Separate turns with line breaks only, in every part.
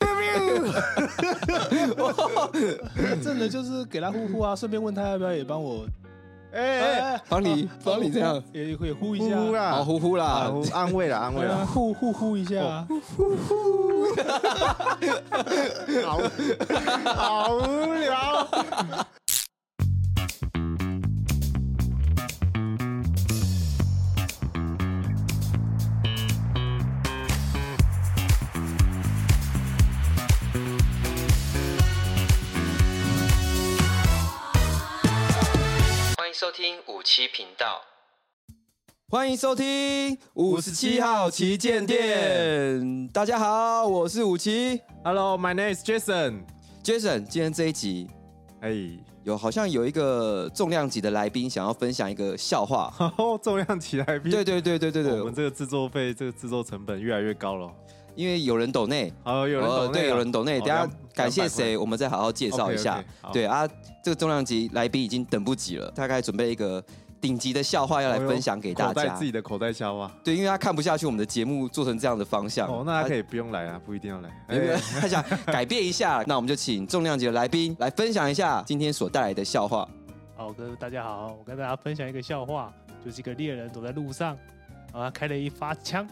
真的就是给他呼呼啊，顺便问他要不要也帮我，
哎，
哎，
帮你帮你这样，
也可以呼一
呼
下，
呼啦，
好呼哎呼啦
啊，呼安慰啦，安慰
对啊，
啦，
呼呼呼一下
哦
啊，
好，好无聊。
欢迎收听五七频道。
欢迎收听五十七号旗舰店。大家好，我是五七
Hello, my name is Jason。
Jason。今天这一集
哎，
有好像有一个重量级的来宾想要分享一个笑话。哦
好，重量起来比
对对对对对
我们这
对，
个制作费，这个制作成本越来越高了。
因为有人抖内，
好，有人
哦
懂内
对，
了
有人抖内，
哦
等下
两
感谢
两百块
谁，我们再好好介绍一下
OK，OK，。好
对啊，这个重量级来宾已经等不及了，大概准备一个顶级的笑话要来分享给大
口袋
家
自。己的口袋笑话。
对，因为他看不下去我们的节目做成这样的方向，
哦，那他可
以。
以不用来啊，不一定要来。
没有他想改变一下， 那我们就请重量级的来宾来分享一下今天所带来的笑话。
好，各位大家好，我跟大家分享一个笑话，就是一个猎人走在路上，啊，开了一发枪，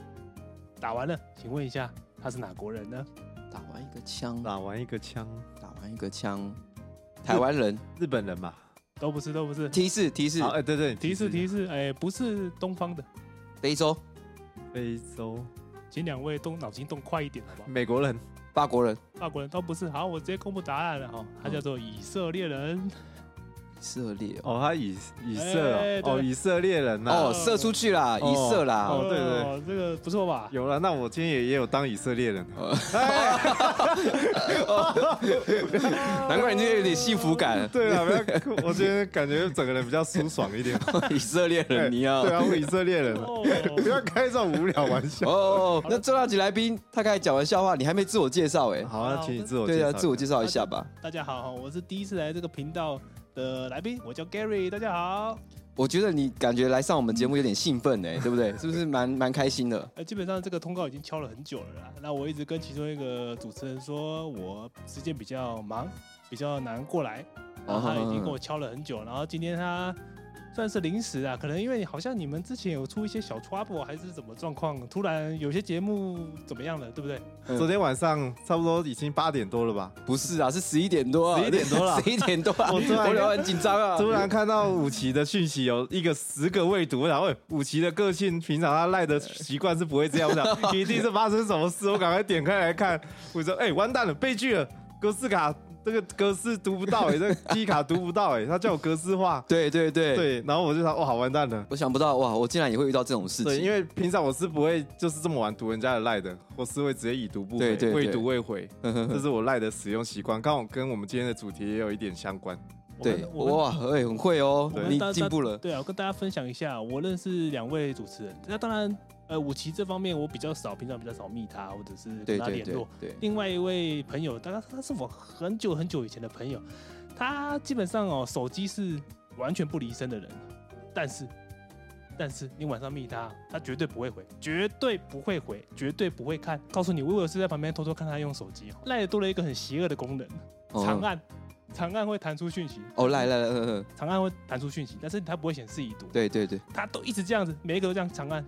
打完了，请问一下他是哪国人呢？
打完一个枪，
打完一个枪，
打完一个枪，台湾人。
日本人嘛。
都不是，都不 是。
提示提示
好，，哎，对对，
提示提示，哎，不是东方的，
非洲
非洲
请两位动脑筋动快一点，好不
嗯
好？
美国人，
法国人，
法国人都不是。好，我直接公布答案了哈，他叫做以色列人。
以色列哦，
哦，他以以色
哎
哦
对
哦，以色列人呐。
哦射出去啦，
哦
以色啦，
哦对对
哦，这个不错吧？
有了，那我今天也也有当以色列人。
哦难怪你这有点幸福感。
对了，不要，我今天感觉整个人比较舒爽一 点。
以色列
哎
人，你哦 要
对啊，我以色列人 啊，
哦，
不要开这种无聊玩笑。
哦，那重量级来宾他刚才讲完笑话，你还没自我介绍哎？
好，那请你自我
对
介
啊，
绍。
自我介绍一下吧。
大家好，我是第一次来这个频道的来宾，我叫 Gary，大家好。
我觉得你感觉来上我们节目有点兴奋哎，对不对？是不是蛮蛮开心的？
呃，基本上这个通告已经敲了很久了啦。那我一直跟其中一个主持人说，我时间比较忙，比较难过来，然后他已经跟我敲了很久，然后今天他。算是临时啊，可能因为好像你们之前有出一些小 trouble 还是怎么状况，突然有些节目怎么样了，对不对？
嗯
昨天晚上差不多已经八点多了吧，
不是啊，是十一点多啊，
11点多了
十一点多啊，
我突然
我聊很紧张啊，
突然看到武奇的讯息有一个十个未读，然后武奇的个性平常他赖的习惯是不会这 样的，一定是发生什么事，我赶快点开来看，我说哎、完蛋了，被拒了，格式卡这个格式读不到哎、这个机卡读不到哎、他叫我格式化，
对对 对，
对，然后我就想哇哦好完蛋了。
我想不到哇，我竟然也会遇到这种事
对，
情，
因为平常我是不会就是这么晚读人家的赖的，我是会直接已读不回，
对对对嗯
未读未 回，这是我赖的使用习惯，刚好跟我们今天的主题也有一点相关。
我
对
们我们
哇，哎，很会哦
我，们
你
大
进步了。
对啊，我跟大家分享一下，我认识两位主持人。那当然，呃，武奇这方面我比较少，平常比较少密他，或者是跟
对
他
对
联
对
络。
对，
另外一位朋友，大概他是我很久很久以前的朋友，他基本上哦，手机是完全不离身的人，但是。但是你晚上密他，他绝对不会回，绝对不会回，绝对不会看。告诉你，我有是在旁边偷偷看他用手机哦。赖多了一个很邪恶的功能，
哦
长按，长按会弹出讯息。
哦，来来来，嗯嗯，
长按会弹出讯息，但是它不会显示已读。
对对对，
他都一直这样子，每一个都这样长按，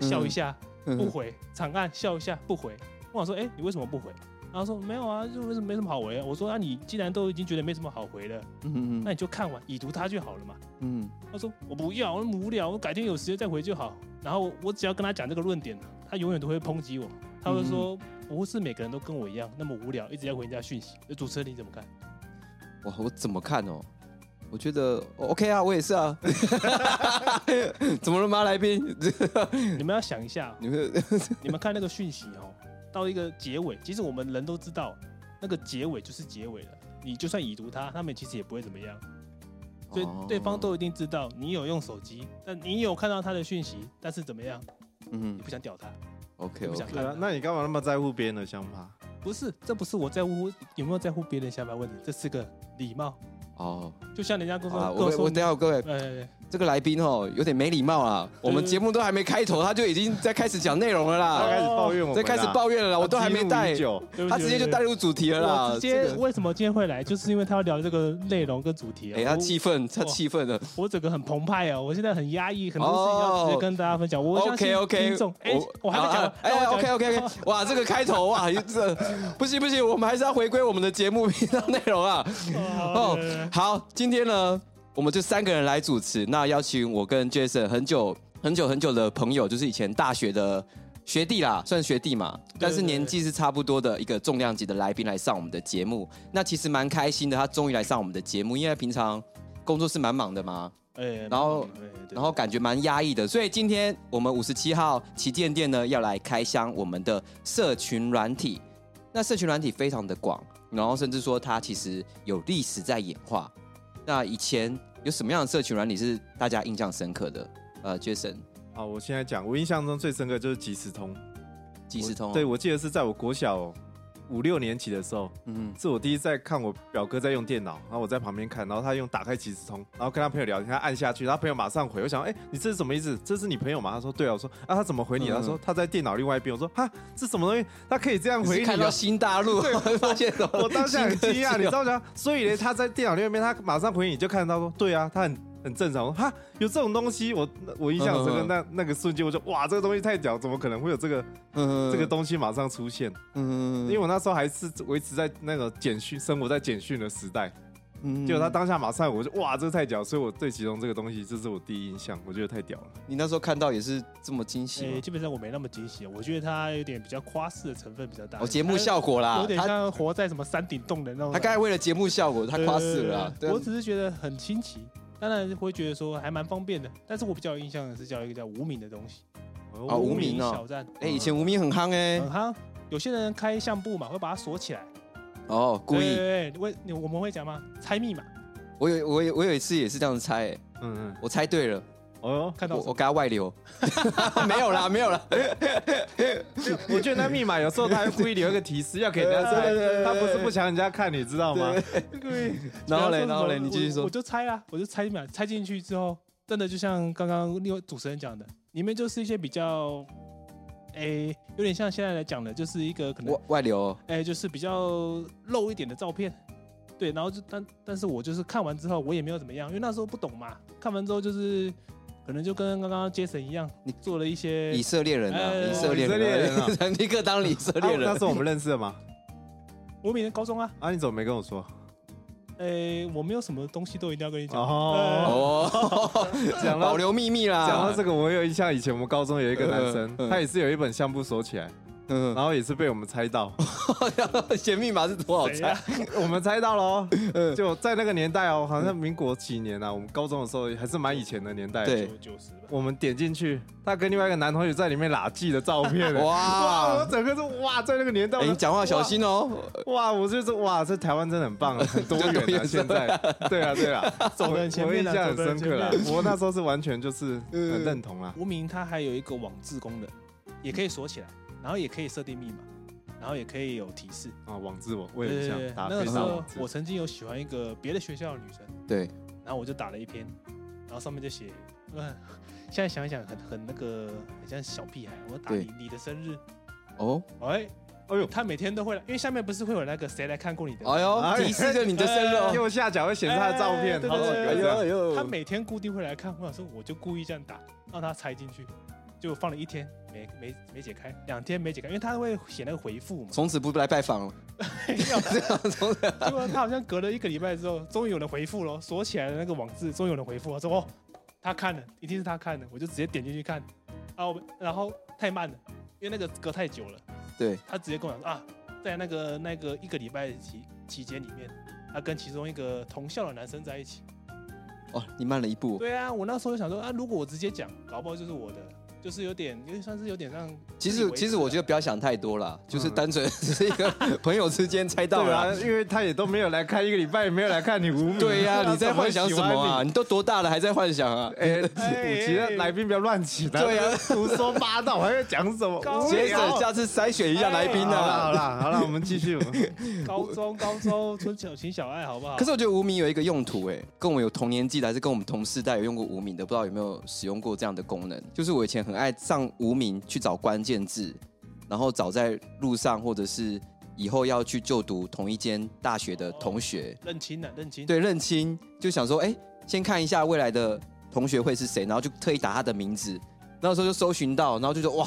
嗯
笑一下、
嗯
不回，长按笑一下不回。我想说，哎、你为什么不回？然后说没有啊，就为什么没什么好回啊？我说，那、你既然都已经觉得没什么好回了，
嗯
那你就看完已读它就好了嘛。
嗯
他说我不要，我无聊，我改天有时间再回就好。然后我只要跟他讲这个论点，他永远都会抨击我，他会
嗯
说。不是每个人都跟我一样那么无聊，一直要回人家讯息。主持人你怎 么看？
嗯，哇，我怎么看哦？我觉得哦 OK 啊，我也是啊。 怎么了吗，来 宾？
你们要想一下，啊
你们
你们看那个讯息哦，到一个结尾，其实我们人都知道，那个结尾就是结尾了。你就算已读它，他们其实也不会怎么样。所以
哦
对方都一定知道你有用手机，但你有看到他的讯息，但是怎么样，
嗯
你不想屌他？
，OK
不想
OK，
对啊，那你干嘛那么在乎别人的想法？
不是，这不是我在乎有没有在乎别人想法问题，这是个礼貌。
哦，
就像人家跟我
好
说，
啦我
跟
啊我
我
等一
说，
下各位
呃，
这个来宾哦有点没礼貌啦，我们节目都还没开头，他就已经在开始讲内容了
他
啦，
开始抱怨我们
哦在
啦，
开始抱怨了啦，我都还没带
他，激怒已久
对不起
他直接就带入主题了啦
我，直
这
接
个
为什么今天会来，就是因为他要聊这个内容跟主题啊。
哎，他
我
气愤，他
哇
气愤了。
我整个很澎湃啊！我现在很压抑，很多事情要直接跟大家分享。我相信
OK OK，
听众，哎，我还没讲完，
哎、
让我讲
OK OK OK，哇，这个开头哇，这不行不行，我们还是要回归我们的节目 频道内容啊。哦
哦，对对对
好，今天呢，我们就三个人来主持，那邀请我跟 Jason 很久很久很久的朋友，就是以前大学的学弟啦，算学弟嘛，但是年纪是差不多的一个重量级的来宾来上我们的节目，那其实蛮开心的，他终于来上我们的节目，因为他平常工作是蛮忙的嘛，
哎，
哦然后
对对对
然后感觉蛮压抑的，所以今天我们五十七号旗舰店呢要来开箱我们的社群软体。那社群软体非常的广，然后甚至说它其实有历史在演化。那以前有什么样的社群软体是大家印象深刻的？呃，Jason
好，我现在讲，我印象中最深刻就是即时通，
即时通，
我对，，我记得是在我国小五六年级的时候，
嗯，
是我第一次在看我表哥在用电脑，然后我在旁边看，然后他用打开即时通，然后跟他朋友聊天，他按下去，他朋友马上回，我想，哎、你这是什么意思？这是你朋友吗？他说对啊，我说啊，他怎么回你？
嗯
他说他在电脑另外一边，我说哈，这什么东西？他可以这样
你
回
是
你
看到
啊？
新大陆，发 现什么
我当下很
新科
惊
技
讶，你知道
哦
吗？所以呢，他在电脑另外一边，他马上回你就看到说，对啊，他很很正常。我说哈，有这种东西，我我印象深刻
嗯嗯嗯。
那那个瞬间，我就哇，这个东西太屌，怎么可能会有这个
嗯
这个，东西马上出现？
嗯
因为我那时候还是维持在那个简讯生活在简讯的时代，
嗯
结果他，当下马上我就哇，这太屌，所以我对其中这个东西，这是我第一印象，我觉得太屌了。
你那时候看到也是这么惊喜
哎，
吗？
基本上我没那么惊喜，啊我觉得他有点比较夸饰的成分比较大。
哦，节目效果
他
啦
哎有，点
他
像活在什么山顶洞的那种。
他刚才为了节目效果，他
对
夸死了啦，
对
对啊
我只是觉得很新奇，当然会觉得说还蛮方便的。但是我比较有印象的是叫一个叫无名的东西，
啊无名哦
小站。
哎、以前无名很夯哎、
很夯，有些人开相簿嘛会把它锁起来，
哦，故
对
意。
对对，为你我们会讲吗？猜密码，
我有我有我有一次也是这样猜、哎
嗯嗯，
我猜对了，
哦，
看
我
到
我给他外流， 没有啦，没有啦，
我觉得那密码有时候他还故意留一个提示，要给人家 猜
对对对对，
他不是不想人家看，你知道吗？
然后嘞，
不要说什么
然后嘞，你继续
我
说
我，就猜啦，我就猜密码，猜进去之后，真的就像刚刚另外主持人讲的，里面就是一些比较，诶，有点像现在来讲的，就是一个可能
外外流哦，
哎、就是比较露一点的照片，对，然后就但但是我就是看完之后我也没有怎么样，因为那时候不懂嘛，看完之后就是可能就跟刚刚 Jason 一样，
你
做了一些
以色列人啊，
哎
以色列
以色列
人、
人
啊， 立刻当以色
啊
列
那
人
时。候我们认识的吗？
无名的高中啊，
啊，你怎么没跟我说？
哎、我没有什么东西都一定要跟你讲，
哦，
哦，
讲
保
到
留秘密啦。
讲到这个，我有印象，以前我们高中有一个男
嗯
生，
嗯
他也是有一本相簿锁起来，
嗯，
然后也是被我们猜到，
个写密码是多少
谁呀啊
猜？
我们猜到喽。就在那个年代哦，好像民国几年啊，我们高中的时候还是蛮以前的年代。
对
九九十吧。
我们点进去，他跟另外一个男同学在里面拉记的照片。哇！哇！我
哇，
整个是哇，在那个年代，
哎，你讲话小心哦。
哇！我就是哇，这台湾真的很棒，很多
多
元啊！
元
现在，对啊，对 啊，
走得很前
我
面
印
啊
象很
走得
深
很
刻啦
前。
我那时候是完全就是很认同啊啦。
无名它还有一个网志功能，也可以锁起来，然后也可以设定密码，然后也可以有提示。
啊，网志我我也很
对
想
对对，
打
那个
非
时
常
候
网志
我。曾经有喜欢一个别的学校的女生，
对，
然后我就打了一篇，然后上面就写，呃，现在想一想很很那个，很像小屁孩。我打
对
你你的生日，
哦，
哎
哎呦
他每天都会来，因为下面不是会有那个谁来看过你的，
哎呦，
哎
提示着你的生日哦。
右下角会显示他的照
哎
片，
对
好几
对
个
对
这样。
呦
他每天固定会来看。我想说，我就故意这样打，让他猜进去，就放了一天没没没解开，两天没解开，因为他会写那个回复嘛。
从此不来拜访了。从此
结果他好像隔了一个礼拜之后，终于有人回复了，锁起来的那个网志终于有人回复，我说哦，他看了，一定是他看的，我就直接点进去看，啊，我然后太慢了，因为那个隔太久了，
对，
他直接跟我讲说啊，在那个那个一个礼拜的期期间里面，他跟其中一个同校的男生在一起。
哦，你慢了一步。
对啊，我那时候就想说啊，如果我直接讲，搞不好就是我的就是有点，因为算是有点让
其
自以
实
为
其
是
实
啊
我 觉得不要想太多啦，就是单纯只是一个朋友之间猜到
嗯 对
了
啊
啊。，
因为他也都没有来看，一个礼拜也没有来看你无名。
对 呀、你在幻想什么啊？
他怎会喜欢你？
你都多大了还在幻想啊？
哎，
哎
五级的来宾不要乱起来，
对啊
胡说八道，还要讲什么？
高
无
杰
聊哎
森，下次筛选一下来宾
好了好
啊。
了好了，我们继 续。哦
高中高中春小情小爱好不好？
可是我觉得无名有一个用途哎、跟我们有同年纪的，还是跟我们同世代有用过无名的，不知道有没有使用过这样的功能？就是我以前很爱上无名去找关键字，然后找在路上或者是以后要去就读同一间大学的同学，
认清了，认清。
对，认清就想说，哎、先看一下未来的同学会是谁，然后就特意打他的名字，那时候就搜寻到，然后就说哇，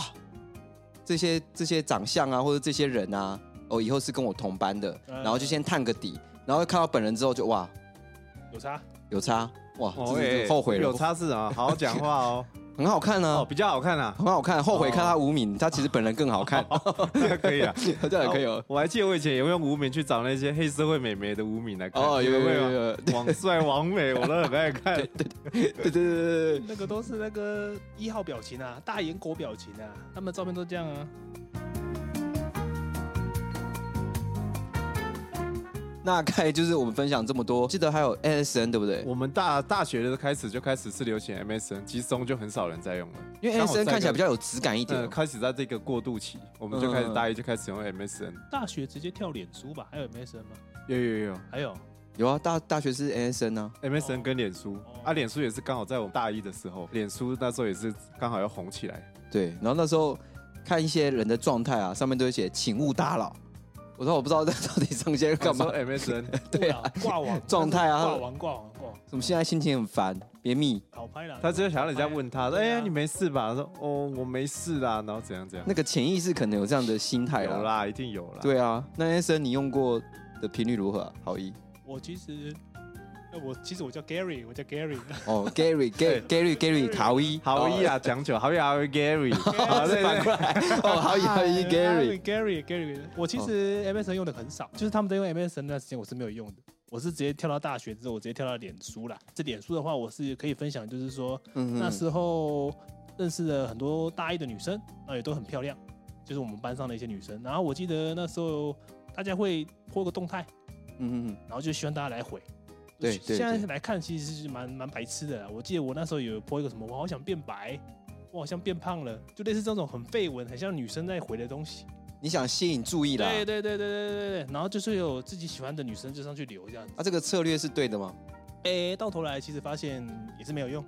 这些这些长相啊，或者这些人啊，哦，以后是跟我同班的，
嗯
然后就先探个底，然后看到本人之后就哇，
有差。
有差，哇，
哦
真
哎
是后悔了，
有差事啊，好好讲话 哦。
很好看
哦，
啊，
比较好看啊，
很好看，后悔看他无名，他其实本人更 好看，
可以啊。
这 样也可以哦。
我还记得我以前也用无名去找那些黑社会美眉的无名来看，
哦，有有
你们会
有
吗
有，
网帅网美我都很爱看。
对对对对对，
那个都是那个一号表情啊，大眼狗表情啊，他们照片都这样啊。
大概就是我们分享这么多，记得还有 ASN 对不对？
我们大大学的开始就开始是流行 MSN，其实中就很少人在用了，
因为
刚好在
ASN 看起来
一
比
个
较有质感一点
呃，
哦，
开始在这个过渡期，我们就开始
嗯
大一就开始用 MSN，
大学直接跳脸书吧，还有 MSN 吗？
有有有
还有
有啊，大大学是 ASN 啊，
有 MSN 跟脸书
哦
啊，脸书也是刚好在我们大一的时候，脸书那时候也是刚好要红起来，
对，然后那时候看一些人的状态啊，上面都会写“请勿打扰”，我说我不知道 到底上些人 干嘛
那，时 候 MSN，
对啊，
挂网
状态啊
挂网挂网挂网，
怎么现在心情很烦，别密。
好拍了。
他就想要人家问他说，哎、
对啊
你没事吧？他说哦我没事啦，然后怎样怎样，
那个潜意识可能有这样的心态
有
啦。
啦，一定有啦，，
对啊，那 S N 你用过的频率如何、啊？好一
我其实，呃我其实我叫 Gary，我叫 Gary。
哦，Gary Gary Gary Gary 好一
好一，
哦
啊，讲久，好一好一 Gary，好 对
是反
对，
过来哦，好一 好一 Gary。
哎
哦
Gary Gary，我其实 MSN 用的很少，就是他们在用 MSN 那段时间我是没有用的，我是直接跳到大学之后，我直接跳到脸书啦。这脸书的话，我是可以分享，就是说
嗯
那
哼
时候认识了很多大一的女生，啊，也都很漂亮，就是我们班上的一些女生。然后我记得那时候大家会播个动态，
嗯
然后就希望大家来回。
对对
现在
对
来看其实是蛮蛮白痴的啦。我记得我那时候有播一个什么，我好想变白，我好像变胖了，就类似这种很绯闻、很像女生在回的东西。
哼，你想吸引注意啦？
对对对对对对对。然后就是有自己喜欢的女生就上去留这样子。
啊，这个策略是对的吗？
哎，到头来其实发现也是没有用，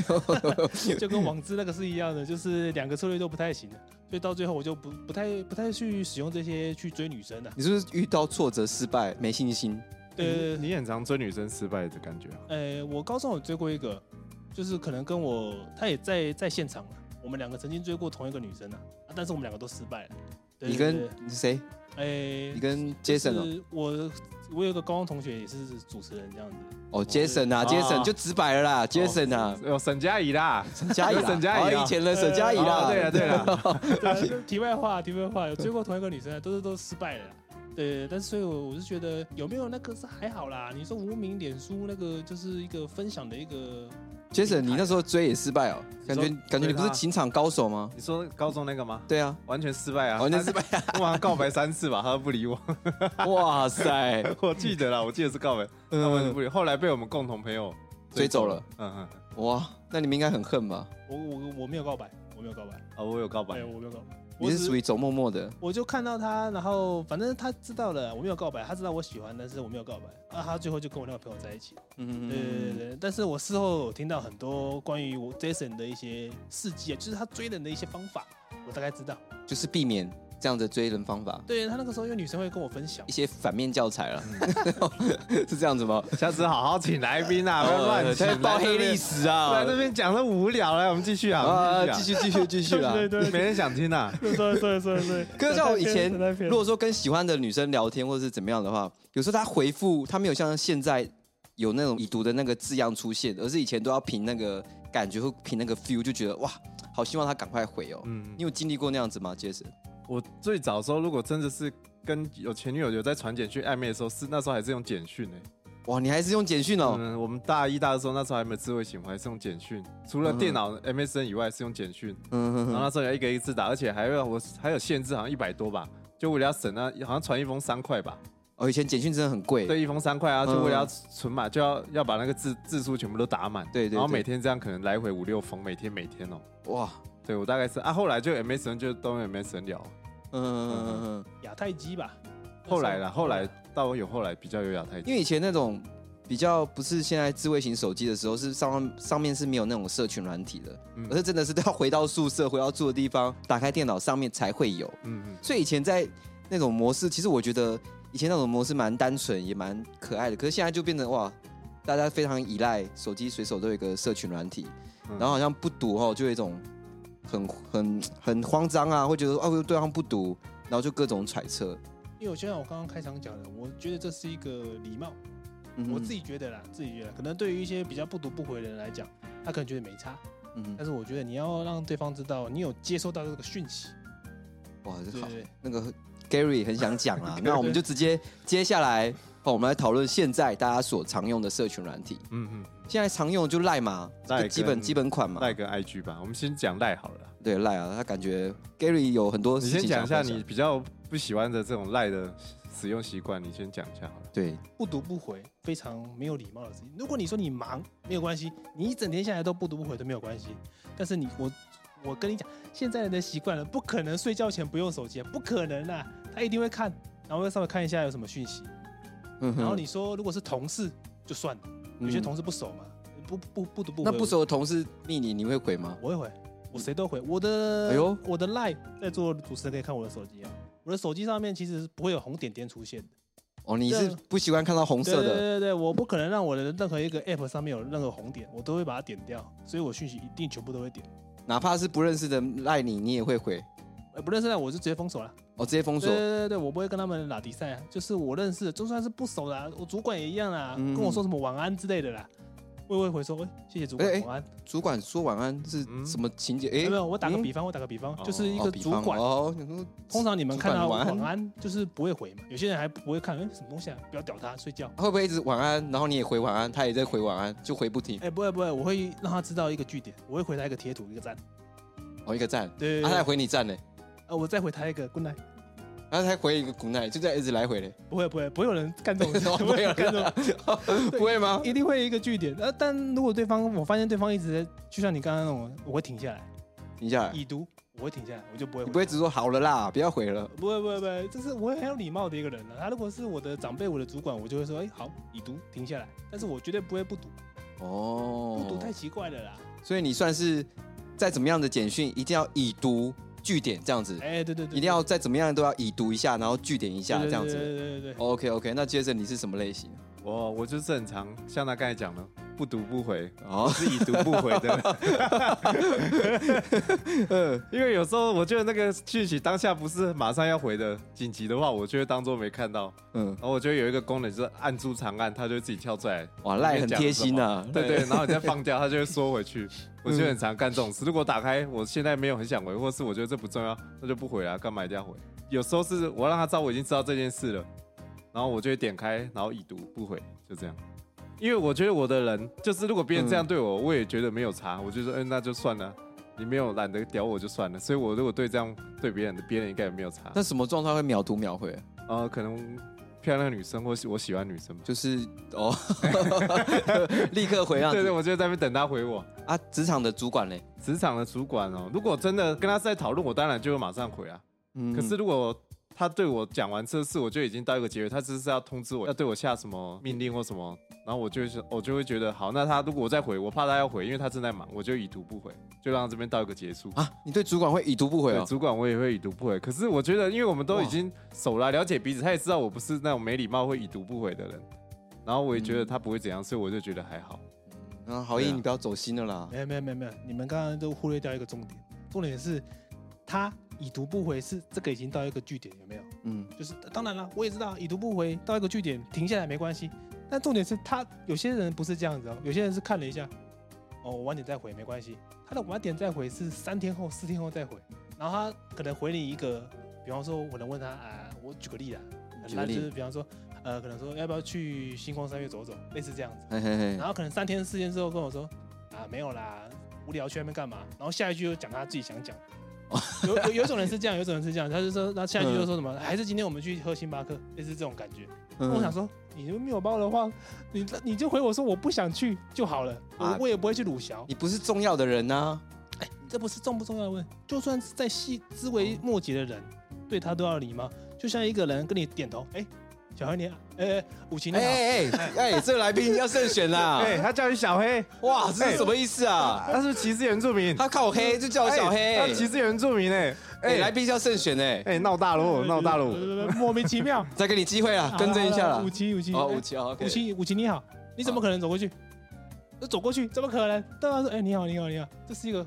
就跟网志那个是一样的，就是两个策略都不太行的，所以到最后我就不不太不太去使用这些去追女生的、啊
你是不是遇到挫折、失败、没信心？
对对
嗯
对
你很常追女生失败的感觉啊，
呃，我高中有追过一个，就是可能跟我，她也在在现场嘛，我们两个曾经追过同一个女生啊，啊但是我们两个都失败了。对
你
对
跟
对
你是谁？
哎，
你跟 Jason 哦，
是我我有一个高中同学也是主持人这样子，
哦 Jason 啊
哦
，Jason 就直白了啦，Jason 啊，
有哦沈佳宜啦，
沈佳宜啦，
沈佳宜啊
哦以啊前的沈佳宜啦，
哦对了对了，
对 啊就题外话，题外话，有追过同一个女生啊，都是都失败了啦。对，但是所以我我是觉得有没有那个是还好啦。你说无名脸书那个就是一个分享的一个，
Jason 你那时候追也失败哦，
你
感
说
觉感觉你不是情场高手吗？
你说高中那个吗？
对啊，
完全失败啊！
完全失败
他，我好像告白三次吧，他都不理 我。
哇塞，
我记得啦，我记得是告白，他们
嗯，
不理。后来被我们共同朋友
追走了。，
嗯嗯，
哇，那你们应该很恨吧？
我我我没有告白，我没有告白，
啊，我有告白
哎，，我没有告白。
你
我
是
只
属于走默默的，
我就看到他，然后反正他知道了，我没有告白，他知道我喜欢，但是我没有告白。啊，他最后就跟我那个朋友在一起。对对对
嗯，
对但是我事后有听到很多关于我 Jason 的一些事迹，啊就是他追人的一些方法，我大概知道。
就是避免这样的追人方法，
对他那个时候，因为女生会跟我分享
一，些反面教材 了，是这样子吗？
下次好好请来宾 啊，不要乱
在
请。
哦爆黑
来这边
历史啊！
来这边讲的无聊了，我们继续啊，
啊，
我们继
继
续
续继续继续 啦！
对
啊，没人想听 啊。
对对对对对。
可是像我以前
在那边
如果说跟喜欢的女生聊天或者是怎么样的话，有时候她回复她没有像现在有那种已读的那个字样出现，而是以前都要凭那个感觉或凭那个 feel，就觉得哇，好希望她赶快回哦。
嗯
你，有经历过那样子吗，杰森？
我最早的时候，如果真的是跟有前女友有在传简讯暧昧的时候，是那时候还是用简讯呢。欸
哇，你还是用简讯哦，
嗯，我们大一、大二的时候，那时候还没有智慧型，我还是用简讯，除了电脑 MSN 以外是用简讯。
嗯哼
然后
哼，
那时候要一个一个字打，而且还要我还有限制，好像一百多吧，就为了要省那，好像传一封三块吧，
哦，以前简讯真的很贵，
对，一封三块啊，
嗯
就为了要存满，就要要把那个字字数全部都打满，
对对对
然后每天这样可能来回五六封，每天每天哦，
哇，
对我大概是啊，后来就 MSN 就都用 MSN 聊，
嗯嗯嗯嗯嗯，
亚太机吧。
后来啦，后来到有后来比较有亚太，
因为以前那种比较不是现在智慧型手机的时候，是上上面是没有那种社群软体的，
嗯
而是真的是都要回到宿舍、回到住的地方，打开电脑上面才会有。
嗯嗯，
所以以前在那种模式，其实我觉得以前那种模式蛮单纯，也蛮可爱的。可是现在就变成哇，大家非常依赖手机，随手都有一个社群软体，
嗯
然后好像不读哦，就有一种很很很慌张啊，会觉得哦对方不读，然后就各种揣测。
因为我就像我刚刚开场讲的，我觉得这是一个礼貌，
嗯哼
我自，己觉得啦，自己觉得，可能对于一些比较不读不回的人来讲，他可能觉得没差，
嗯哼
但是我觉得你要让对方知道你有接收到这个讯息，
哇，这
对
好
对，对
那个 Gary 很想讲啊，那我们就直接接下来，哦，我们来讨论现在大家所常用的社群软体。
嗯嗯，
现在常用的就赖嘛，
赖
就基本
跟
基本款嘛，
赖跟 IG 吧，我们先讲赖好了，
对赖啊，他感觉 Gary 有很多
你
事
先
情
讲一下
想分享
你比较不喜欢的这种赖的使用习惯，你先讲一下好了。
对，
不读不回非常没有礼貌的事情。如果你说你忙没有关系，你一整天下来都不读不回都没有关系，但是你我我跟你讲，现在人的习惯了，不可能睡觉前不用手机啊，不可能啊，他一定会看，然后会稍微看一下有什么讯息，
嗯哼
然后你说如果是同事就算了，有些
嗯
同事不熟嘛，不不不读不回，
那不熟的同事密你，你会回吗？
我会回，我谁都回。我的，
哎
哎
呦
呦，我的 line 在做主持人可以看我的手机啊，我的手机上面其实不会有红点点出现的。
哦，你是
对
不喜欢看到红
对
色
对
的，
对对，我不可能让我的任何一个 app 上面有任何红点，我都会把它点掉，所以我讯息一定全部都会点。
哪怕是不认识的赖你，你也会回。
呃，不认识的我就直接封锁了。
哦，直接封
对
锁
对。对对，我不会跟他们拉迪赛啊，就是我认识的，就算是不熟的、啊，我主管也一样啊，
嗯
跟我说什么晚安之类的啦，我也会回说，哎，谢谢主
哎哎
管晚安。
主管说晚安是
嗯
什么情节？哎
没有，我打个
嗯
比方，我打个比方，
哦
就是一
哦
个
比
主
方
管，
哦，你说
通常你们看到
主管晚
晚
安
安就是不会回嘛，有些人还不会看，哎、什么东西啊？不要屌他，睡觉。
会不会一直晚安，然后你也回晚安，他也在回晚安，就回不停
哎、，不会不会，我会让他知道一个据点，我会回他一个贴图，一个赞。
哦，一个赞，
对对
啊，他
对
还回你赞呢，
呃，我再回他一个 good night。
然后他还回一个 good night，就这样一直来回嘞，
不会不会，不会有人干这种事，
不会有人
干这种事，
不会吗？
一定会一个据点。呃，但如果对方我发现对方一直在，就像你刚刚那种，我会停下来，
停下来，
已读，我会停下来，我就不会
你
回。
不会只说好了啦，不要回了，
不会不会不会，这是我很有礼貌的一个人了、他如果是我的长辈，我的主管，我就会说，哎、好，已读，停下来。但是我绝对不会不读，
哦
不读太奇怪了啦。
所以你算是再怎么样的简讯，一定要已读据点这样子，
哎、对对对，
一定要再怎么样都要已读一下，然后据点一下
对
这样
对
子。
对对对对对。
OK OK，那接着你是什么类型？
我我就是很常像他刚才讲的，不读不回，
哦
我，是已读不回的。 嗯，因为有时候我觉得那个讯息当下不是马上要回的，紧急的话我就会当做没看到。
嗯，
然后我觉得有一个功能就是按住长按，它就会自己跳出来。
哇，赖很贴心呐、啊，
对对，然后你再放掉，它就会缩回去。我就很常干这种事。如果打开，我现在没有很想回，或是我觉得这不重要，那就不回啊，干嘛一定要回？有时候是我让他知道我已经知道这件事了，然后我就会点开，然后已读不回，就这样。因为我觉得我的人，就是如果别人这样对我，我也觉得没有差，我就说，嗯、那就算了，你没有懒得屌我就算了。所以，我如果对这样对别人的，别人应该也没有差。
那什么状态会秒读秒回？啊
呃，可能漂亮女生或是我喜欢女生吧。
就是哦， 立刻回让
对对，
你
我就在那边等他回我。
啊，职场的主管嘞，
职场的主管哦，如果真的跟他在讨论，我当然就会马上回啊。
嗯
可是如果他对我讲完这事，我就已经到一个结尾，他只是要通知我要对我下什么命令或什么，然后我就是我就会觉得好，那他如果我再回，我怕他要回，因为他正在忙，我就已读不回，就让这边到一个结束。
啊，你对主管会已读不回
对，
哦？
主管我也会啊已读不回，可是我觉得，因为我们都已经熟了，了解彼此，他也知道我不是那种没礼貌会已读不回的人，然后我也觉得他不会怎样，所以我就觉得还好。
然后好意，
对啊
你不要走心了啦。
没有没有没有没有，你们刚刚都忽略掉一个重点，重点是他已读不回是这个已经到一个据点，有没有？
嗯，
就是呃当然了，我也知道已读不回到一个据点停下来没关系，但重点是他有些人不是这样子哦，有些人是看了一下，哦，我晚点再回没关系，他的晚点再回是三天后、四天后再回，然后他可能回你一个，比方说我能问他啊，我举个例啊，
举个
很烂
例
就是比方说，哎、呃，可能说要不要去星光三月走走，类似这样子。
嘿嘿嘿
然，后可能三天四天之后跟我说啊没有啦，无聊去那边干嘛？然后下一句又讲他自己想 讲。有有有种人是这样，有种人是这样，他就说，那下一句就说什么，还是今天我们去喝星巴克，类似这种感觉。
嗯
我想说，你如果没有包的话，你你就回我说我不想去就好了，
啊
我我也不会去鲁小。
你不是重要的人呐，
哎，这不是重不重要的问题，就算是在细枝微末节的人，对他都要礼貌。就像一个人跟你点头，哎，小黑你，哎，哎武琴你
哎
好，
哎哎哎，这个来宾要慎选啦，
哎，他叫你小黑，
哇，这是什么意思 啊？
哎
他是歧视原住民，
他靠黑就叫我小
哎
黑
他，歧视原住民哎，
哎，来嗯
哎
宾要慎选哎，
哎，闹大陆，闹大陆，
呃莫名其 妙，
再给你机会啊，更正一下啦
武。琴武琴，
哦，
哎
五七哦，OK，
武琴武琴你好，你怎么可能走过去？就走过去怎么可能？对方说，哎，你好你好你好，这是一个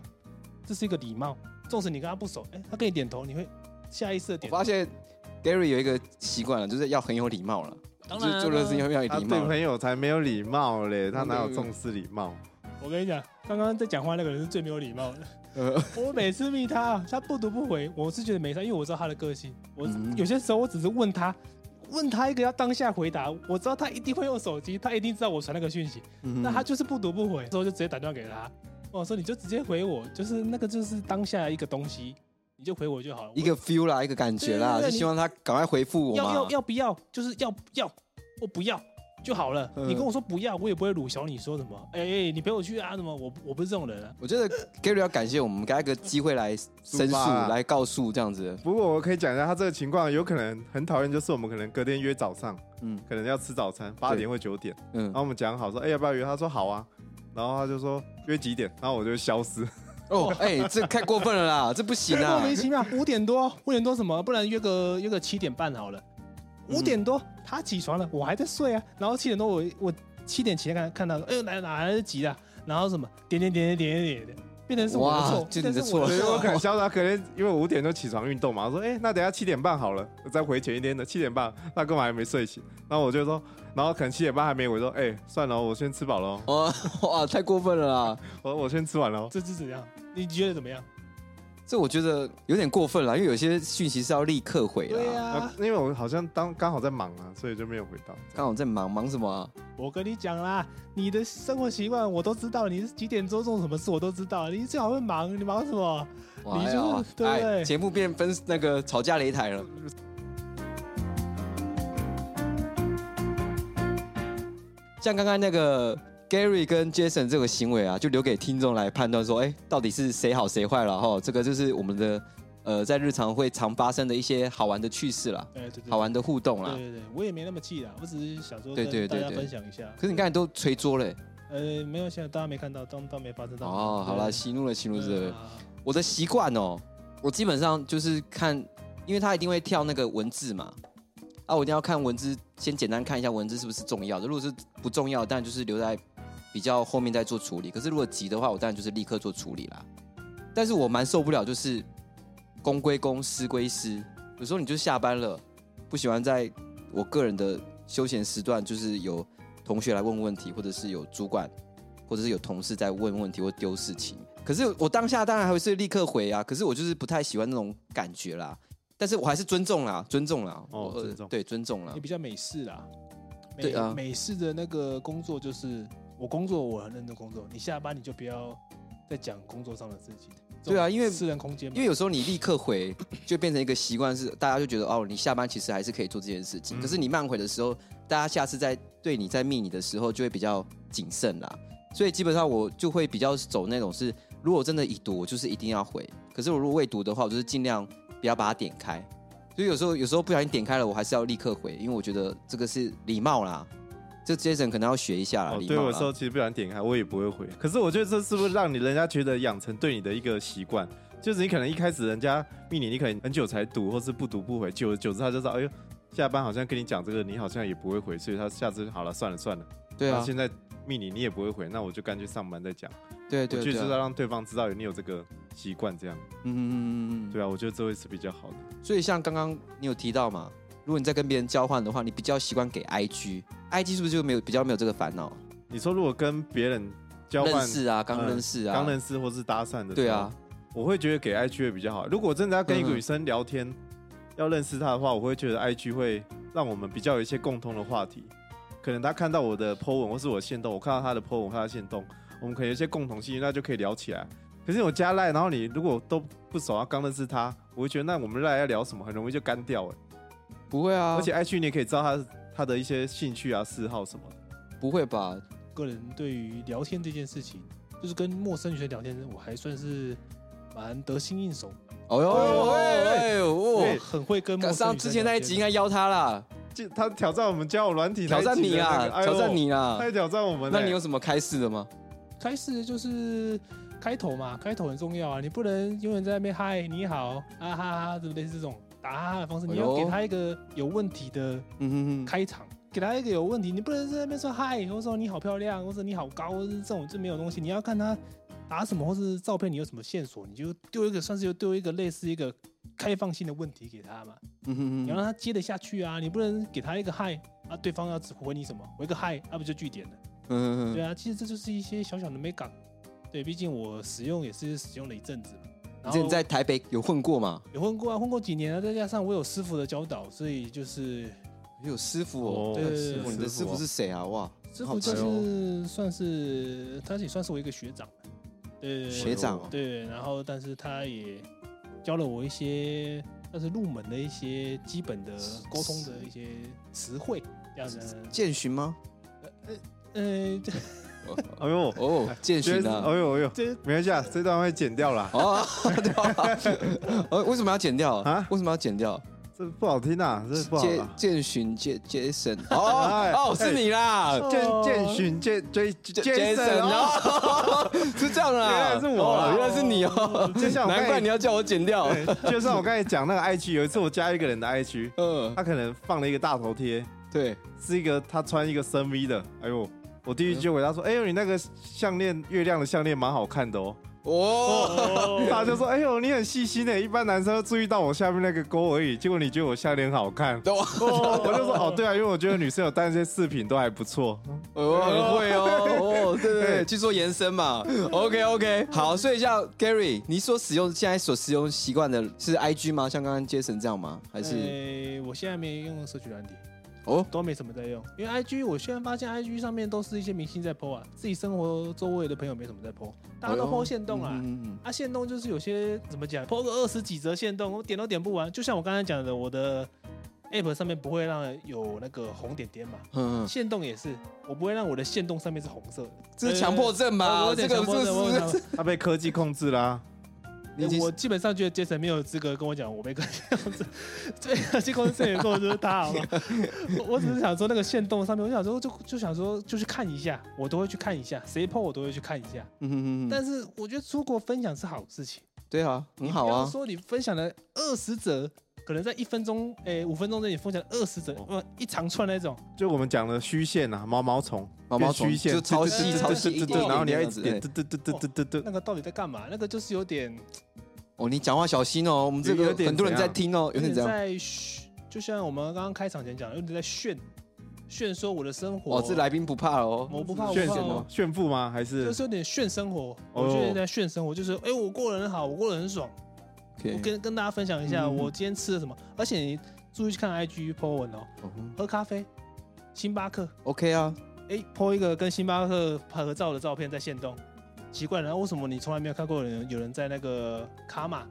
这是一个礼貌，纵使你跟他不熟，哎，他跟你点头，你会下意识的
我
点头。
发现 Gary 有一个习惯了，就是要很有礼貌了，
当
就
然啊
是做的事情要嗯有
他
礼
对
貌嗯啦。
朋友才没有礼貌嘞，他哪有重视礼貌？
嗯
我跟你讲，刚刚在讲话那个人是最没有礼貌的。
呃
我每次密他啊，他不读不回，我是觉得没啥，因为我知道他的个性。我、
嗯
有些时候我只是问他，问他一个要当下回答，我知道他一定会用手机，他一定知道我传那个讯息，
嗯
那他就是不读不回，之后就直接打电话给他，我说你就直接回我，就是那个就是当下一个东西，你就回我就好了。
一个 feel 啦，一个感觉啦，
对对
就
对
希望他赶快回复
我
我
要
嘛
要。要不要，就是要要我不要。就好了，
嗯
你跟我说不要，我也不会鲁小你说什么。哎、哎你陪我去啊？什么？我不我不是这种人啊。
我觉得 Gary 要感谢我们，给他一个机会来申
抒
诉，
发啊
来告诉这样子。
不过我可以讲一下，他这个情况有可能很讨厌，就是我们可能隔天约早上，
嗯
可能要吃早餐，八点或九点，
嗯
然，
哦
后我们讲好说，哎，要不要约？他说好啊，然后他就说约几点，然后我就消失。
哦，哎，这太过分了啦，这不行
莫
啊！
名其妙，五点多，五点多什么？不然约个约个七点半好了。
嗯
五点多他起床了，我还在睡啊。然后七点多我我七点前看看到，哎呦哪哪来得及啊？然后什么点点点点点点点，变成是我的
哇
错，
就
变成
你的
是我
错
所以
的
我可能消他，可能因为我五点钟起床运动嘛，我说哎、那等一下七点半好了，我再回前一天的七点半，他干嘛还没睡醒？然后我就说，然后可能七点半还没，我说哎、算了哦，我先吃饱了哦，
哇哇，太过分了啦！
我我先吃完了哦。
这是怎样？你觉得怎么样？
这我觉得有点过分了，因为有些讯息是要立刻回
对
啦。
啊，
那因为我好像当刚好在忙啊，所以就没有回到。
刚好在忙忙什么啊？
我跟你讲啦，你的生活习惯我都知道，你是几点钟做什么事我都知道，你最好会忙，你忙什么？
哇
你就
哎
是
呀
对不对
节目变分那个吵架擂台了。像刚刚那个 Gary 跟 Jason 这个行为啊，就留给听众来判断说，哎，到底是谁好谁坏了哈。这个就是我们的呃，在日常会常发生的一些好玩的趣事啦，
哎，对对对，
好玩的互动啦
对。对对，我也没那么气啊，我只是想说
对对
跟大
对
家
对
分享一下。
可是你刚才都捶桌嘞、
呃，没有，现在大家没看到，当当没发生到。
哦，好了，
了，
息怒了，息怒了，
对啊
是我的习惯哦，我基本上就是看，因为他一定会跳那个文字嘛，啊，我一定要看文字，先简单看一下文字是不是重要的。如果是不重要，当然就是留在比较后面再做处理。可是如果急的话，我当然就是立刻做处理啦。但是我蛮受不了，就是公归公，私归私。有时候你就下班了，不喜欢在我个人的休闲时段，就是有同学来问问题，或者是有主管，或者是有同事在问问题或丢事情。可是我当下当然还会是立刻回啊，可是我就是不太喜欢那种感觉啦。但是我还是尊重啦，尊重啦，
哦
我呃
尊重
对尊重啦
你。比较美式啦，美
啊对啊
美式的那个工作就是我工作我很认真工作，你下班你就不要再讲工作上的事情。这种
对啊因为
私人空间嘛，
因为有时候你立刻回，就变成一个习惯，是大家就觉得哦，你下班其实还是可以做这件事情。
嗯
可是你慢回的时候，大家下次在对你在密你的时候，就会比较谨慎啦。所以基本上我就会比较走那种是，如果真的已读，我就是一定要回；可是我如果未读的话，我就是尽量不要把它点开。所以有时候有时候不小心点开了，我还是要立刻回，因为我觉得这个是礼貌啦。这 Jason 可能要学一下啦，
哦，
礼
对
貌
我说
啦。
其实不想点开，我也不会回。可是我觉得这是不是让你人家觉得养成对你的一个习惯？就是你可能一开始人家密你，你可能很久才读，或是不读不回，久而久之他就知道，哎呦，下班好像跟你讲这个，你好像也不会回，所以他下次好了，算了算了。
对
那
啊，
现在密你你也不会回，那我就干脆上班再讲。
对
我
对
就
对
是要
啊，
让对方知道你有这个习惯，这样
嗯嗯嗯嗯嗯。
对啊，我觉得这会是比较好的。
所以像刚刚你有提到嘛，如果你在跟别人交换的话，你比较习惯给 IG，IG 是不是就没有比较没有这个烦恼？
你说如果跟别人交
认
换、
识啊，刚认识啊，
刚认识或是搭讪的，
对啊，，
我会觉得给 IG 会比较好。如果真的要跟一个
嗯哼
女生聊天，要认识他的话，我会觉得 IG 会让我们比较有一些共通的话题。可能他看到我的 po 文或是我的线动，我看到他的 po 文，我看到他的线动，我们可能有一些共同兴趣，那就可以聊起来。可是我加赖，然后你如果都不熟，啊，刚认识他，我会觉得那我们赖要聊什么，很容易就干掉哎。
不会啊，
而且 IG 你也可以知道他他的一些兴趣啊、嗜好什么的。
不会吧？
个人对于聊天这件事情，就是跟陌生女生聊天，我还算是蛮得心应手，
哦呦，哎哎呦，
我
哦
很会跟陌
赶
生
上
女
之
生
前那一集应该邀他啦，
就他挑战我们交友软体、
挑战你
啊，
啦，挑战你啦
他。也挑战我们、
那你有什么开示的吗？
开始就是开头嘛，开头很重要啊，你不能永远在那边嗨你好啊哈哈，对不对？是这种打哈哈的方式，你要
哎
给
呦
他一个有问题的
嗯哼哼，
开场，给他一个有问题，你不能在那边说嗨，或者说你好漂亮，或者你好高，或者这种就没有东西，你要看他打什么，或是照片你有什么线索，你就丢一个，算是就丢一个类似一个开放性的问题给他嘛，
嗯哼
你要
哼，
让他接得下去啊，你不能给他一个嗨啊，对方要只回你什么，回个嗨，啊那、不就据点了。
嗯哼
对
哼，
啊，其实这就是一些小小的美感。对，毕竟我使用也是使用了一阵子嘛。
你
然
之
后
前在台北有混过吗？
有混过啊，混过几年啊，再加上我有师傅的教导，所以就是
有师傅哦，
对
师傅，你的师傅是谁啊？哇，
师
好
傅就
奇哦
是算是他也算是我一个学长了。对，
学长哦，
对，然后但是他也教了我一些，但是入门的一些基本的沟通的一些词汇，这样子。
建勋吗？
呃， 这
哎呦，
哦，建
觉
勋
得
啊
哎。呦哎呦，
这
没关系啊，这段会剪掉啦。
哦， 对啊，呃，为什么要剪掉啊
啊？
为什么要剪掉？
这不好听啊，这不好
建
啦。
建勋杰杰森，
哎
哦哦，是你啦，
建建勋建追
杰
杰森哦，
哦， 是这样啦，
原来是我啦
哦原来 是你哦，
就像我哎
难怪
刚
你
才，
要叫我剪掉，
对就像我刚才讲那个 IG，有一次我加一个人的 IG，
嗯，
他可能放了一个大头贴，
对，
是一个他穿一个深 V 的，哎呦。我第一句就回答说：“哎呦，你那个项链，月亮的项链蛮好看的哦。”
哦，
他就说：“哎呦，你很细心的，一般男生都注意到我下面那个沟而已，结果你觉得我下脸好看。”
懂，
我就说：“哦，对啊，因为我觉得女生有带一些饰品都还不错。
我
哎
很哦会哦，哦，对对对，
对
去做延伸嘛，OK OK，好，所以像 Gary，你所使用现在所使用习惯的是 IG 吗？像刚刚 Jason 这样吗？还是
呃我现在没用社群软体。
哦，
都没什么在用，因为 IG 我现在发现 IG 上面都是一些明星在 PO 啊，自己生活周围的朋友没什么在 PO，大家都 PO 限动啦。
哦嗯嗯嗯
啊，限动就是有些怎么讲，PO 个二十几则限动，我点都点不完。就像我刚才讲的，我的 App 上面不会让有那个红点点嘛，
嗯，嗯
限动也是，我不会让我的限动上面是红色的。
这是强迫症吧？
哦我有
这
点强
个
迫症我有点
这
强
是
迫
他被科技控制啦、
你已经
哎我基本上觉得杰森没有资格跟我讲我被跟这样子，对，去公司也跟我就是他好吗？ 我我只是想说那个线动上面，我想说就就想说就去看一下，我都会去看一下，谁 PO 我都会去看一下。
嗯嗯嗯，
但是我觉得出国分享是好事情，
对啊，很好
不要
啊，
说你分享了二十则，可能在一分钟，诶五分钟内你分享二十则，
哦
哇一长串那种，
就我们讲的虚线啊，毛毛虫，
毛毛虫
变虚线，
就超
细超细一点点
然后你要一直
这样
点，
子
嘟嘟嘟嘟嘟嘟嘟，
那个到底在干嘛？那个就是有点
哦，你讲话小心哦，我们这
有
个
有点
很多人
怎
在
样
听哦，有点这样。
在嘘，就像我们刚刚开场前讲的，有点在炫炫说我的生活，
哦，这来宾不怕哦，
我不怕，我
炫
不
什
怕
炫
哦
么？。炫富吗？还是
就是有点炫生活，
哦
我觉得在炫生活，就是哎、诶我过得很好，我过得很爽。
OK
我跟跟大家分享一下，
嗯
我今天吃了什么。而且你注意去看 IG po 文哦，
哦
喝咖啡，星巴克，
OK 啊，
哎、po 一个跟星巴克合照的照片在线动，奇怪，然后为什么你从来没有看过有人有人在那个卡玛，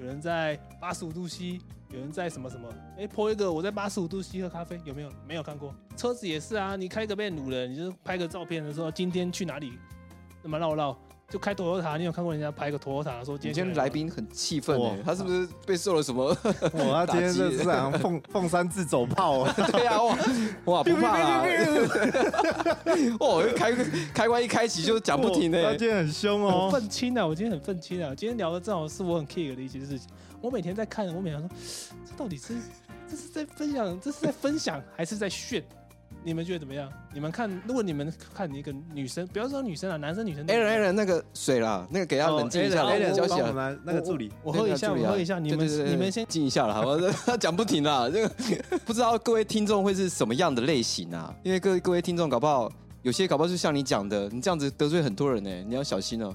有人在八十五度 C，有人在什么什么？哎、po 一个我在八十五度 C 喝咖啡，有没有？没有看过。车子也是啊，你开个被掳了，你就拍个照片的时候，今天去哪里？那么绕绕，就开 Toyota，你有看过人家拍个 Toyota 说今
今
天去哪
天
里
来宾很气愤
哇
哎，他是不是被受了 什么？
哇，他今天这是好像凤凤山自走炮啊！
对啊，哇 哇不怕啦，哦，开开关一开启就讲不停
他
哦
哎，
今天很凶
我
哦。
愤青啊！我今天很愤青啊！今天聊的正好是我很 care 的一些事情。我每天在看，我每天说，这到底是这是在分享，这是在分享还是在炫？你们觉得怎么样？你们看，如果你们看一个女生，不要说女生啊，男生女生都一
a
样
l a n 那个水啦，那个给他冷静一下，
哦 Alan，
我们
人
交
教
起
我
来
们。来那个助理，
我喝一
啊
下，我喝一下，你们你们先
静一下了，好吧？他 讲不停啦，这个 不知道各位听众会是什么样的类型啊？因为各各位听众搞不好有些搞不好就像你讲的，你这样子得罪很多人呢、你要小心哦、
哦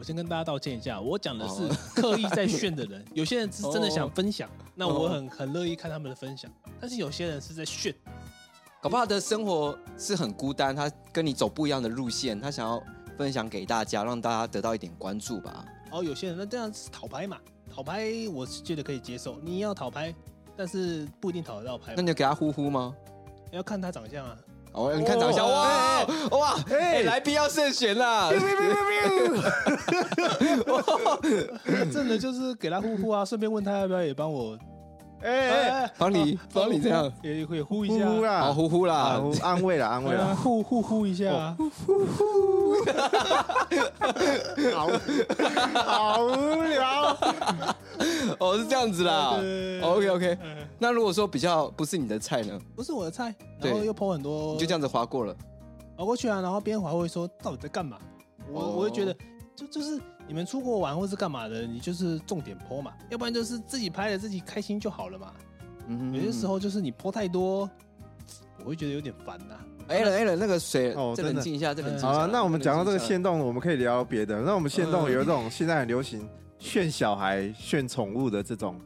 我先跟大家道歉一下，我讲的是刻意在炫的人，有些人是真的想分享，那我很很乐意看他们的分享。但是有些人是在炫，
搞不好他的生活是很孤单，他跟你走不一样的路线，他想要分享给大家，让大家得到一点关注吧。
然哦后有些人那这样是讨拍嘛，讨拍我是觉得可以接受，你要讨拍，但是不一定讨得到拍
那
嘛，
你有给他呼呼吗？
要看他长相啊。
哦，你看长相，
哎
哇哇，哎，来宾要慎选 啦。
那真的就是给他呼呼啊，顺便问他要不要也帮我
哎哎，
帮你帮你这 样，
也也呼一
呼
下，
呼啦，
好呼呼
啊
啦，
呼安慰啦，安慰
对啊，
啦，
互互呼一下啊，
哦
好，好无聊。
哦是这样子啦。
对哎
OK OK，那如果说比较不是你的菜呢，
不是我的菜，
对
然后又抛很多，
你就这样子划过了。
跑过去啊，然后边滑会说到底在干嘛？我、
哦
我会觉得就就是你们出国玩或是干嘛的，你就是重点抛嘛，要不然就是自己拍了自己开心就好了嘛。
嗯
有些时，候就是你抛太多，我会觉得有点烦呐、
哎了哎了，那个水，
哦
再
真
冷
的
静一下，再冷静一下。
好了，那我们讲到这个
冷静一下
限动，我们可以聊别的。那我们限动
嗯
有一种现在很流行炫小孩、炫宠物的这种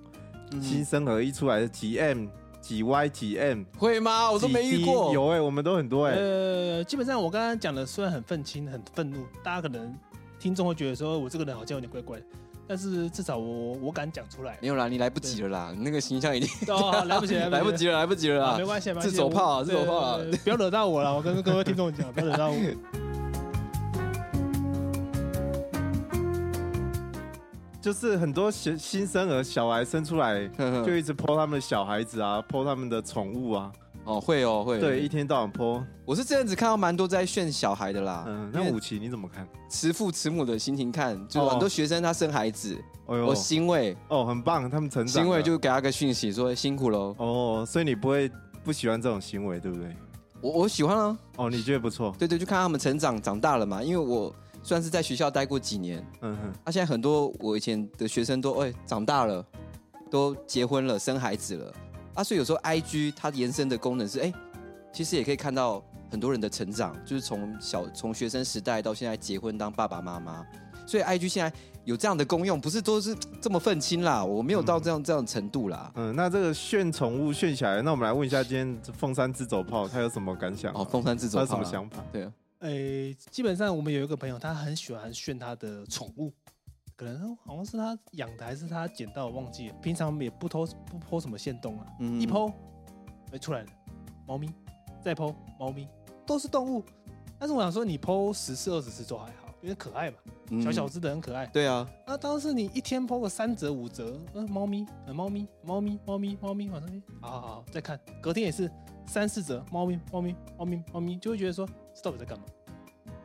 嗯
新生儿一出来的几 M、几 Y、几 M，
会吗？我都没遇过。嗯
有哎，我们都很多哎。
呃，基本上我刚刚讲的虽然很愤青、很愤怒，大家可能听众会觉得说我这个人好像有点怪怪的，但是至少我我敢讲 出来。
没有啦，你来不及了啦，你那个形象已 经
哦，来不 及，
啊来不及了，来不及了
啊，
啦
没。关系，没关系
自走炮啊
我
自走炮啊
对对对不要惹到我了，我跟各位听众讲，不要惹到我。
就是很多新新生儿小孩生出来，就
呵呵
一直剖他们的小孩子啊，剖他们的宠物啊，
哦，会哦，会。
对，一，天到晚剖。
我是这阵子看到蛮多在炫小孩的啦。
嗯，
因
那
为
武奇你怎么看？
慈父慈母的心情看，就
哦
很多学生他生孩子，
哦
我
呦，
欣慰，
哦，很棒，他们成长了。
欣慰就给他个讯息说辛苦喽。
哦，所以你不会不喜欢这种行为，对不对？
我我喜欢啊，
哦，你觉得不错，
对对，就看他们成长长大了嘛。因为我算是在学校待过几年，
嗯哼，
啊他、现在很多我以前的学生都哎、长大了，都结婚了，生孩子了啊，所以有时候 I G 它延伸的功能是哎、其实也可以看到很多人的成长，就是从小从学生时代到现在结婚当爸爸妈妈，所以 I G 现在有这样的功用，不是都是这么愤青啦，我没有到这样、这样的程度啦。
嗯，那这个炫宠物炫起来，那我们来问一下，今天凤山自走炮他有什么感想？
哦，凤山自
嗯他有什
走炮
么
啦，
想法？
对啊，
诶，哎基本上我们有一个朋友，他很喜欢炫他的宠物，可能好像是他养的还是他捡到，我忘记了。平常也不偷不剖什么线动啊，
嗯
一剖，哎出来了，猫咪，再剖猫咪，都是动物。但是我想说，你剖十次二十次都还好，因为可爱嘛，
嗯
小小只的很可爱。
对啊，
那当时你一天剖个三折五折，嗯、猫咪，呃，猫咪，猫咪，猫咪，猫咪，往上面，好好好，再看，隔天也是三四折，猫咪，猫咪，猫咪，猫咪，就会觉得说，这到底在干嘛？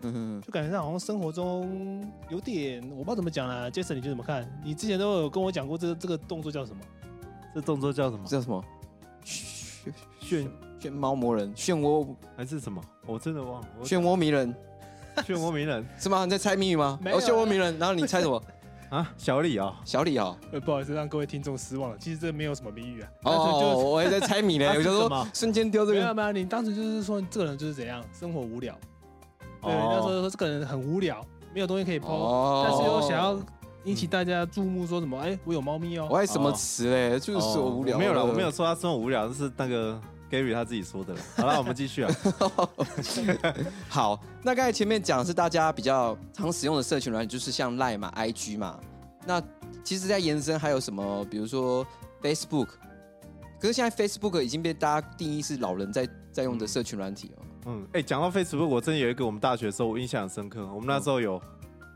嗯哼，
就感觉上好像生活中有点，我不知道怎么讲啦。Jason，你觉得怎么看？你之前都有跟我讲过这个这个动作叫什么？
这动作叫什么？
叫什么？漩
炫
漩猫魔人，漩涡
还是什么？我真的忘了。我
漩涡迷人
漩涡鸣 人
是吗？你在猜谜语吗？
没有哎
哦，漩涡迷人，然后你 猜什么？
啊，小李啊，
小李哦，
呃，不好意思，让各位听众失望了。其实这没有什么谜语啊。但是
哦，
就
我也在 猜谜嘞，
他
我
是
就
什
说
么
瞬间丢这
是没
个
有没有，你当时就是说这个人就是怎样，生活无聊。对，
哦
那时候说这个人很无聊，没有东西可以抛，
哦
但是又想要引起大家注目，说什么？哎，我有猫咪
我
哦。
还什么词嘞？就是
哦
我无聊，
没有了，我没有。说他生活无聊，这是那个 Gary 他自己说的了。好了，我们继 续啊。
好，那刚才前面讲的是大家比较常使用的社群软件，就是像 Line 嘛、IG 嘛。那其实，在延伸还有什么？比如说 Facebook，可是现在 Facebook 已经被大家定义是老人在在用的社群软体哦。
嗯，哎、讲到 Facebook，我真的有一个我们大学的时候我印象很深刻，我们
嗯
那时候有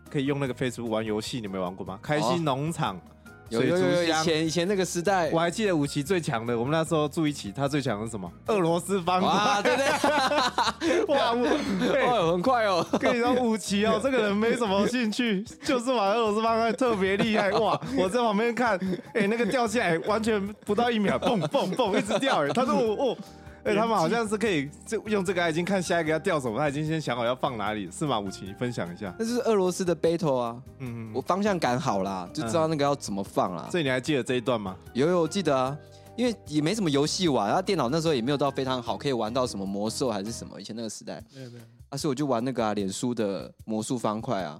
可以用那个 Facebook 玩游戏，你们有玩过吗？开心农场、
哦有
水
有有有，
族
以
箱。
前以前那个时代，
我还记得武奇最强的，我们那时候住一起，他最强的是什么？俄罗斯方
哇，
块。
对对，
哇，我对，
哦，很快哦。
跟你说武奇 哦，这个人没什么兴趣， 就是玩俄罗斯方块特别厉 害。哇，我在旁边看，哎、那个掉下来完全不到一 秒，蹦蹦蹦一直掉、哎，他说我哦。哎、他们好像是可以就用这个，他已经看下一个要掉什么，他已经先想好要放哪里，是吗？武奇，你分享一下。
那就是俄罗斯的 battle 啊，
嗯，
我方向感好啦，就知道那个要怎么放啦。
所以你还记得这一段吗？
有有我记得啊，因为也没什么游戏玩，然后电脑那时候也没有到非常好，可以玩到什么魔兽还是什么，以前那个时代，
没有没有，
啊，所以我就玩那个啊，脸书的魔术方块啊，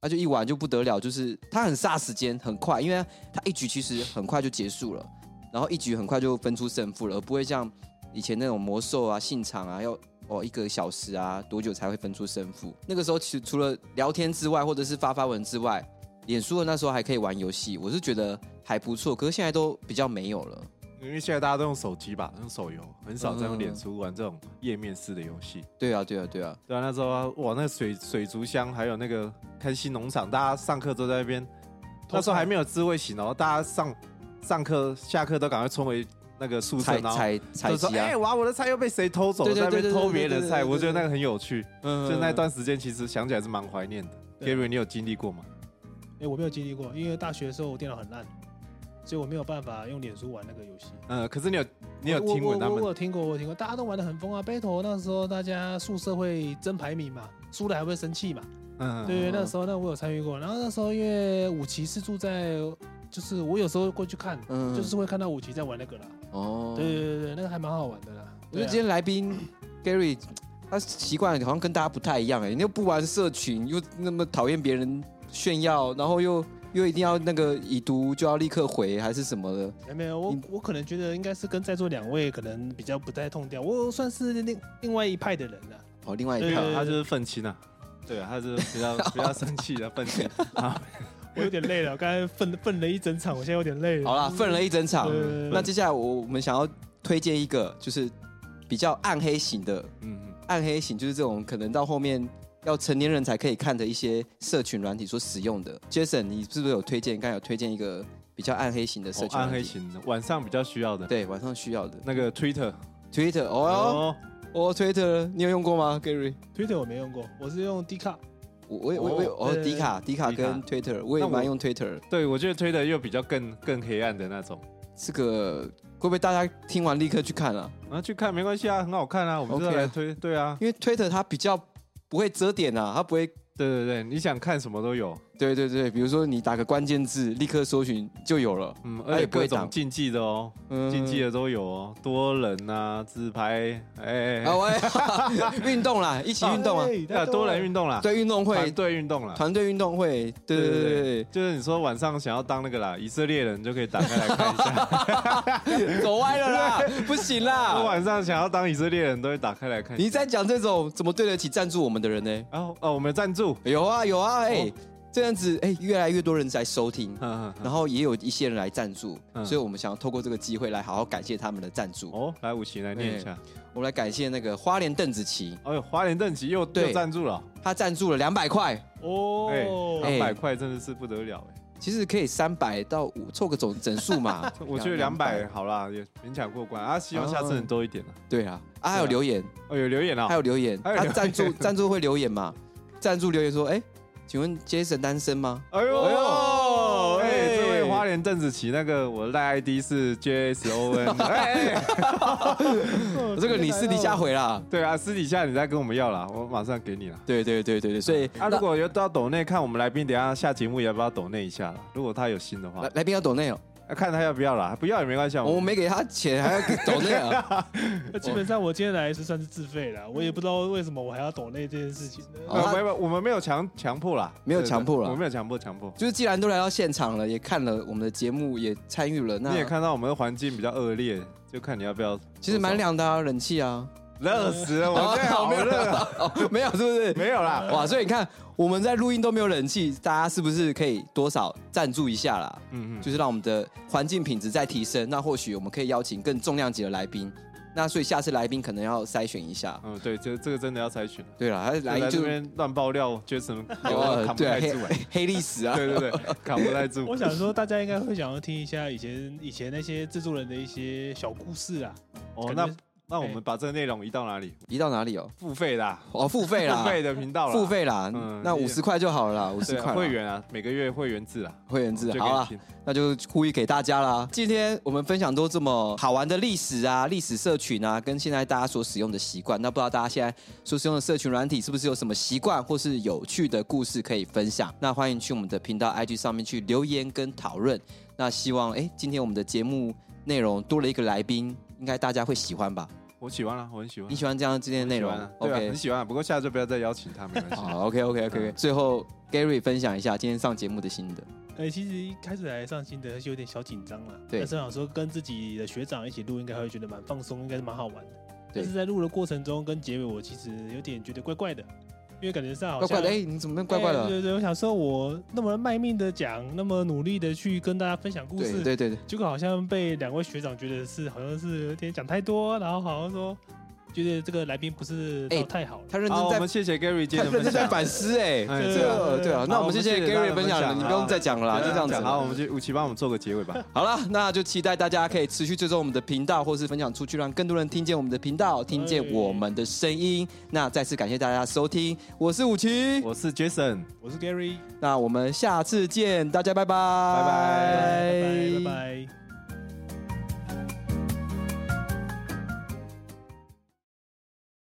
啊就一玩就不得了，就是它很煞时间，很快，因为它一局其实很快就结束了。然后一局很快就分出胜负了，而不会像以前那种魔兽啊、信场啊，要哦一个小时啊多久才会分出胜负。那个时候其实除了聊天之外，或者是发发文之外，脸书的那时候还可以玩游戏，我是觉得还不错，可是现在都比较没有了。
因为现在大家都用手机吧，用手游，很少在
嗯
用脸书玩这种页面式的游戏。
对啊，对啊，对啊，
对啊，那时候啊哇，那水水族箱还有那个开心农场，大家上课都在那边，那时候还没有智慧型哦，大家上上课下课都赶快冲回那个宿舍，
采
然后
采采
就说
集啊
哎，，哇，我的菜又被谁偷走了，
对对
在那
对
边
对
偷
对
别人的
对
菜，
对对
我觉得
对
那个很有趣。
嗯
就那段时间，其实想起来是蛮怀念的。
对
Gary，你有经历过吗？
哎，我没有经历过，因为大学的时候我电脑很烂，所以我没有办法用脸书玩那个游戏。
呃，可是你有你有
我
听闻他
我我我
们
有听过，我有听过，大家都玩的很疯啊。battle 那时候大家宿舍会争排名嘛，输了还会生气嘛。
嗯
对，
嗯
那时候那我有参与过。然后那时候因为武奇是住在，就是我有时候过去看，
嗯
就是会看到武奇在玩那个啦。
哦，
对对对对，那个还蛮好玩的啦。
我觉
对
得
啊
今天来宾 Gary 他习惯好像跟大家不太一样哎，你又不玩社群，又那么讨厌别人炫耀，然后又又一定要那个已读就要立刻回还是什么的，
没有没有，我
你
我可能觉得应该是跟在座两位可能比较不太同调，我算是另另外一派的人 了、
哦，另外一
对
派
对
他就是愤青啊， 对啊，他就是比 较比较生气的愤青啊。
我有点累了，我刚才愤愤了一整场，我现在有点累了。
好啦，愤了一整场
对。对对
那接下来我我们想要推荐一个就是比较暗黑型的，
嗯 嗯。
暗黑型就是这种可能到后面要成年人才可以看的一些社群软体所使用的。Jason，你是不是有推荐？刚才有推荐一个比较暗黑型的社
哦
群
暗
软体？
黑型的，晚上比较需要的。
对，晚上需要的。
那个 Twitter，
Twitter，哦哟，哦 Twitter，你有用过吗，Gary？
Twitter 我没用过，我是用 D 卡，
我我我我
哦
哦，
对
迪卡迪卡
迪
跟 Twitter，我也
那我
蛮用 Twitter。
对我觉得 Twitter 又比较更更黑暗的那种。
这个会不会大家听完立刻去看啊？
然后去看没关系啊，很好看啊，我们就
OK 啊
来推。对啊，
因为 Twitter 它比较不会遮点啊，它不会。
对对对，你想看什么都有，
对对对，比如说你打个关键字，立刻搜寻就有了。
嗯，
它
而且
也不会
各
挡
种竞技的哦，
嗯
竞技的都有哦，多人啊，自拍，哎，
啊 喂，运动啦，一起运动啊，
哎
要多人运动啦，
对，运动
哦团
会，
队运动啦。
团队运动会，对对
对
对
对
对
就是你说晚上想要当那个啦，以色列人就可以打开来看一下。
对，走歪了啦，不行
我
啦！
晚上想要当以色列人都会打开来看一下。
你在讲这种怎么对得起赞助我们的人呢？
然后哦，我们有赞助，
有啊有啊，哎
哦，
这样子哎，越来越多人在收听，
嗯嗯嗯
然后也有一些人来赞助，
嗯
所以我们想要透过这个机会来好好感谢他们的赞助。
哦，来武琴来念一下。
我们来感谢那个花莲邓紫棋，
哎呦，花莲邓奇又
对
又赞助了，
她赞助了两百块，
哦，
哎
两百块真的是不得了哎！，
其实可以三百到五凑个总整数嘛
我觉得两百，好啦，也勉强过关啊，希望下次能多一点啊。
对啊，啊还有
对啊
留言，
哦，有留言啊
还，有留言，
还有
他
留言
赞助赞助会留言嘛？赞助留言说，哎，请问 Jason 单身吗？
哎呦
哎呦
哎，
哎
这位花莲邓紫棋，那个我的赖 ID 是 JSON，哎，哎哦
这个你私底下回啦。
对啊，私底下你再跟我们要啦，我马上给你啦。
对对对对对，所以
啊，如果有到抖内看我们来宾，等一下下节目也要不要抖内一下啦？如果他有心的话
来，来宾要抖内哦，
啊看他要不要啦，不要也没关系啊。
我
我
没给他钱，还要给抖内啊？
那基本上我今天来是算是自费啦，我也不知道为什么我还要懂那这件事情呢。啊
好
呃
他
没有，我们没有强强迫啦，
啊没有
对对
强迫啦
我没有强迫强迫。
就是既然都来到现场了，也看了我们的节目，也参与了，那
你也看到我们的环境比较恶劣，就看你要不要。
其实蛮凉的啊，冷气 啊。
热死了，我现在好热啊。
哦，没有，是不是？
没有啦，
哇，所以你看，我们在录音都没有冷气，大家是不是可以多少赞助一下啦？
嗯
就是让我们的环境品质再提升。那或许我们可以邀请更重量级的来宾。那所以下次来宾可能要筛选 一下。
嗯，对，这这个真的要筛选，
对了，他
来
来
这
就
边乱爆料，Jason
有
我扛不
对啊
太住哎，
黑黑历史啊。
对对对， 扛不太住
我。想说大家应该会想要听一下以前以前那些制作人的一些小故事啊。
哦，
感觉哎
那那我们把这个内容移到哪里？
移到哪里哦？
付费啦，
哦，付费啦，
付费的频道啦，
付费啦。
嗯
那五十块就好了啦，五十
对
块
啊
啦
会员啊，每个月会员制啊，
会员制
就可以
好啦。
听
那就呼吁给大家啦。今天我们分享都这么好玩的历史啊、历史社群啊，跟现在大家所使用的习惯。那不知道大家现在所使用的社群软体是不是有什么习惯或是有趣的故事可以分享？那欢迎去我们的频道 IG 上面去留言跟讨论。那希望诶，今天我们的节目内容多了一个来宾，应该大家会喜欢吧？
我喜欢啊，我很喜欢
你。喜欢这样今天的内
喜
容
欢啊，对啊，
？OK，
很喜欢啊。不过下次就不要再邀请他，没关系。
好，OK，OK，OK。最后 Gary 分享一下今天上节目的心得。
呃，其实一开始来上新的还是有点小紧张了，
对
但是想说跟自己的学长一起录，应该会觉得蛮放松，应该是蛮好玩的。
对
但是在录的过程中跟结尾，我其实有点觉得怪怪的，因为感觉上好
怪
像
怪的，哎，你怎么变怪怪
哎
了？
对对，我想说，我那么卖命的讲，那么努力的去跟大家分享故
对
事，
对对对，
结果好像被两位学长觉得是好像是有点讲太多，然后好像说觉得这个来宾不是
哎
到太好了。
他认
好，
真
我
在
们谢谢 Gary 今
他
天的
认
分
真在
享。
反思哎。
哎
对
对
啊
啊，对啊，那我们谢谢
好我们谢啊谢大家
Gary
的
分享
分
了，
享
你不用再讲了啦，就这样子。
好，我们就五七帮我们做个结尾吧。
好了，那就期待大家可以持续追踪我们的频道，或是分享出去，让更多人听见我们的频道，听见我们的声音。那再次感谢大家收听，我是武奇，
我是 Jason，
我是 Gary，
那我们下次见，大家拜拜，
拜
拜
拜拜拜。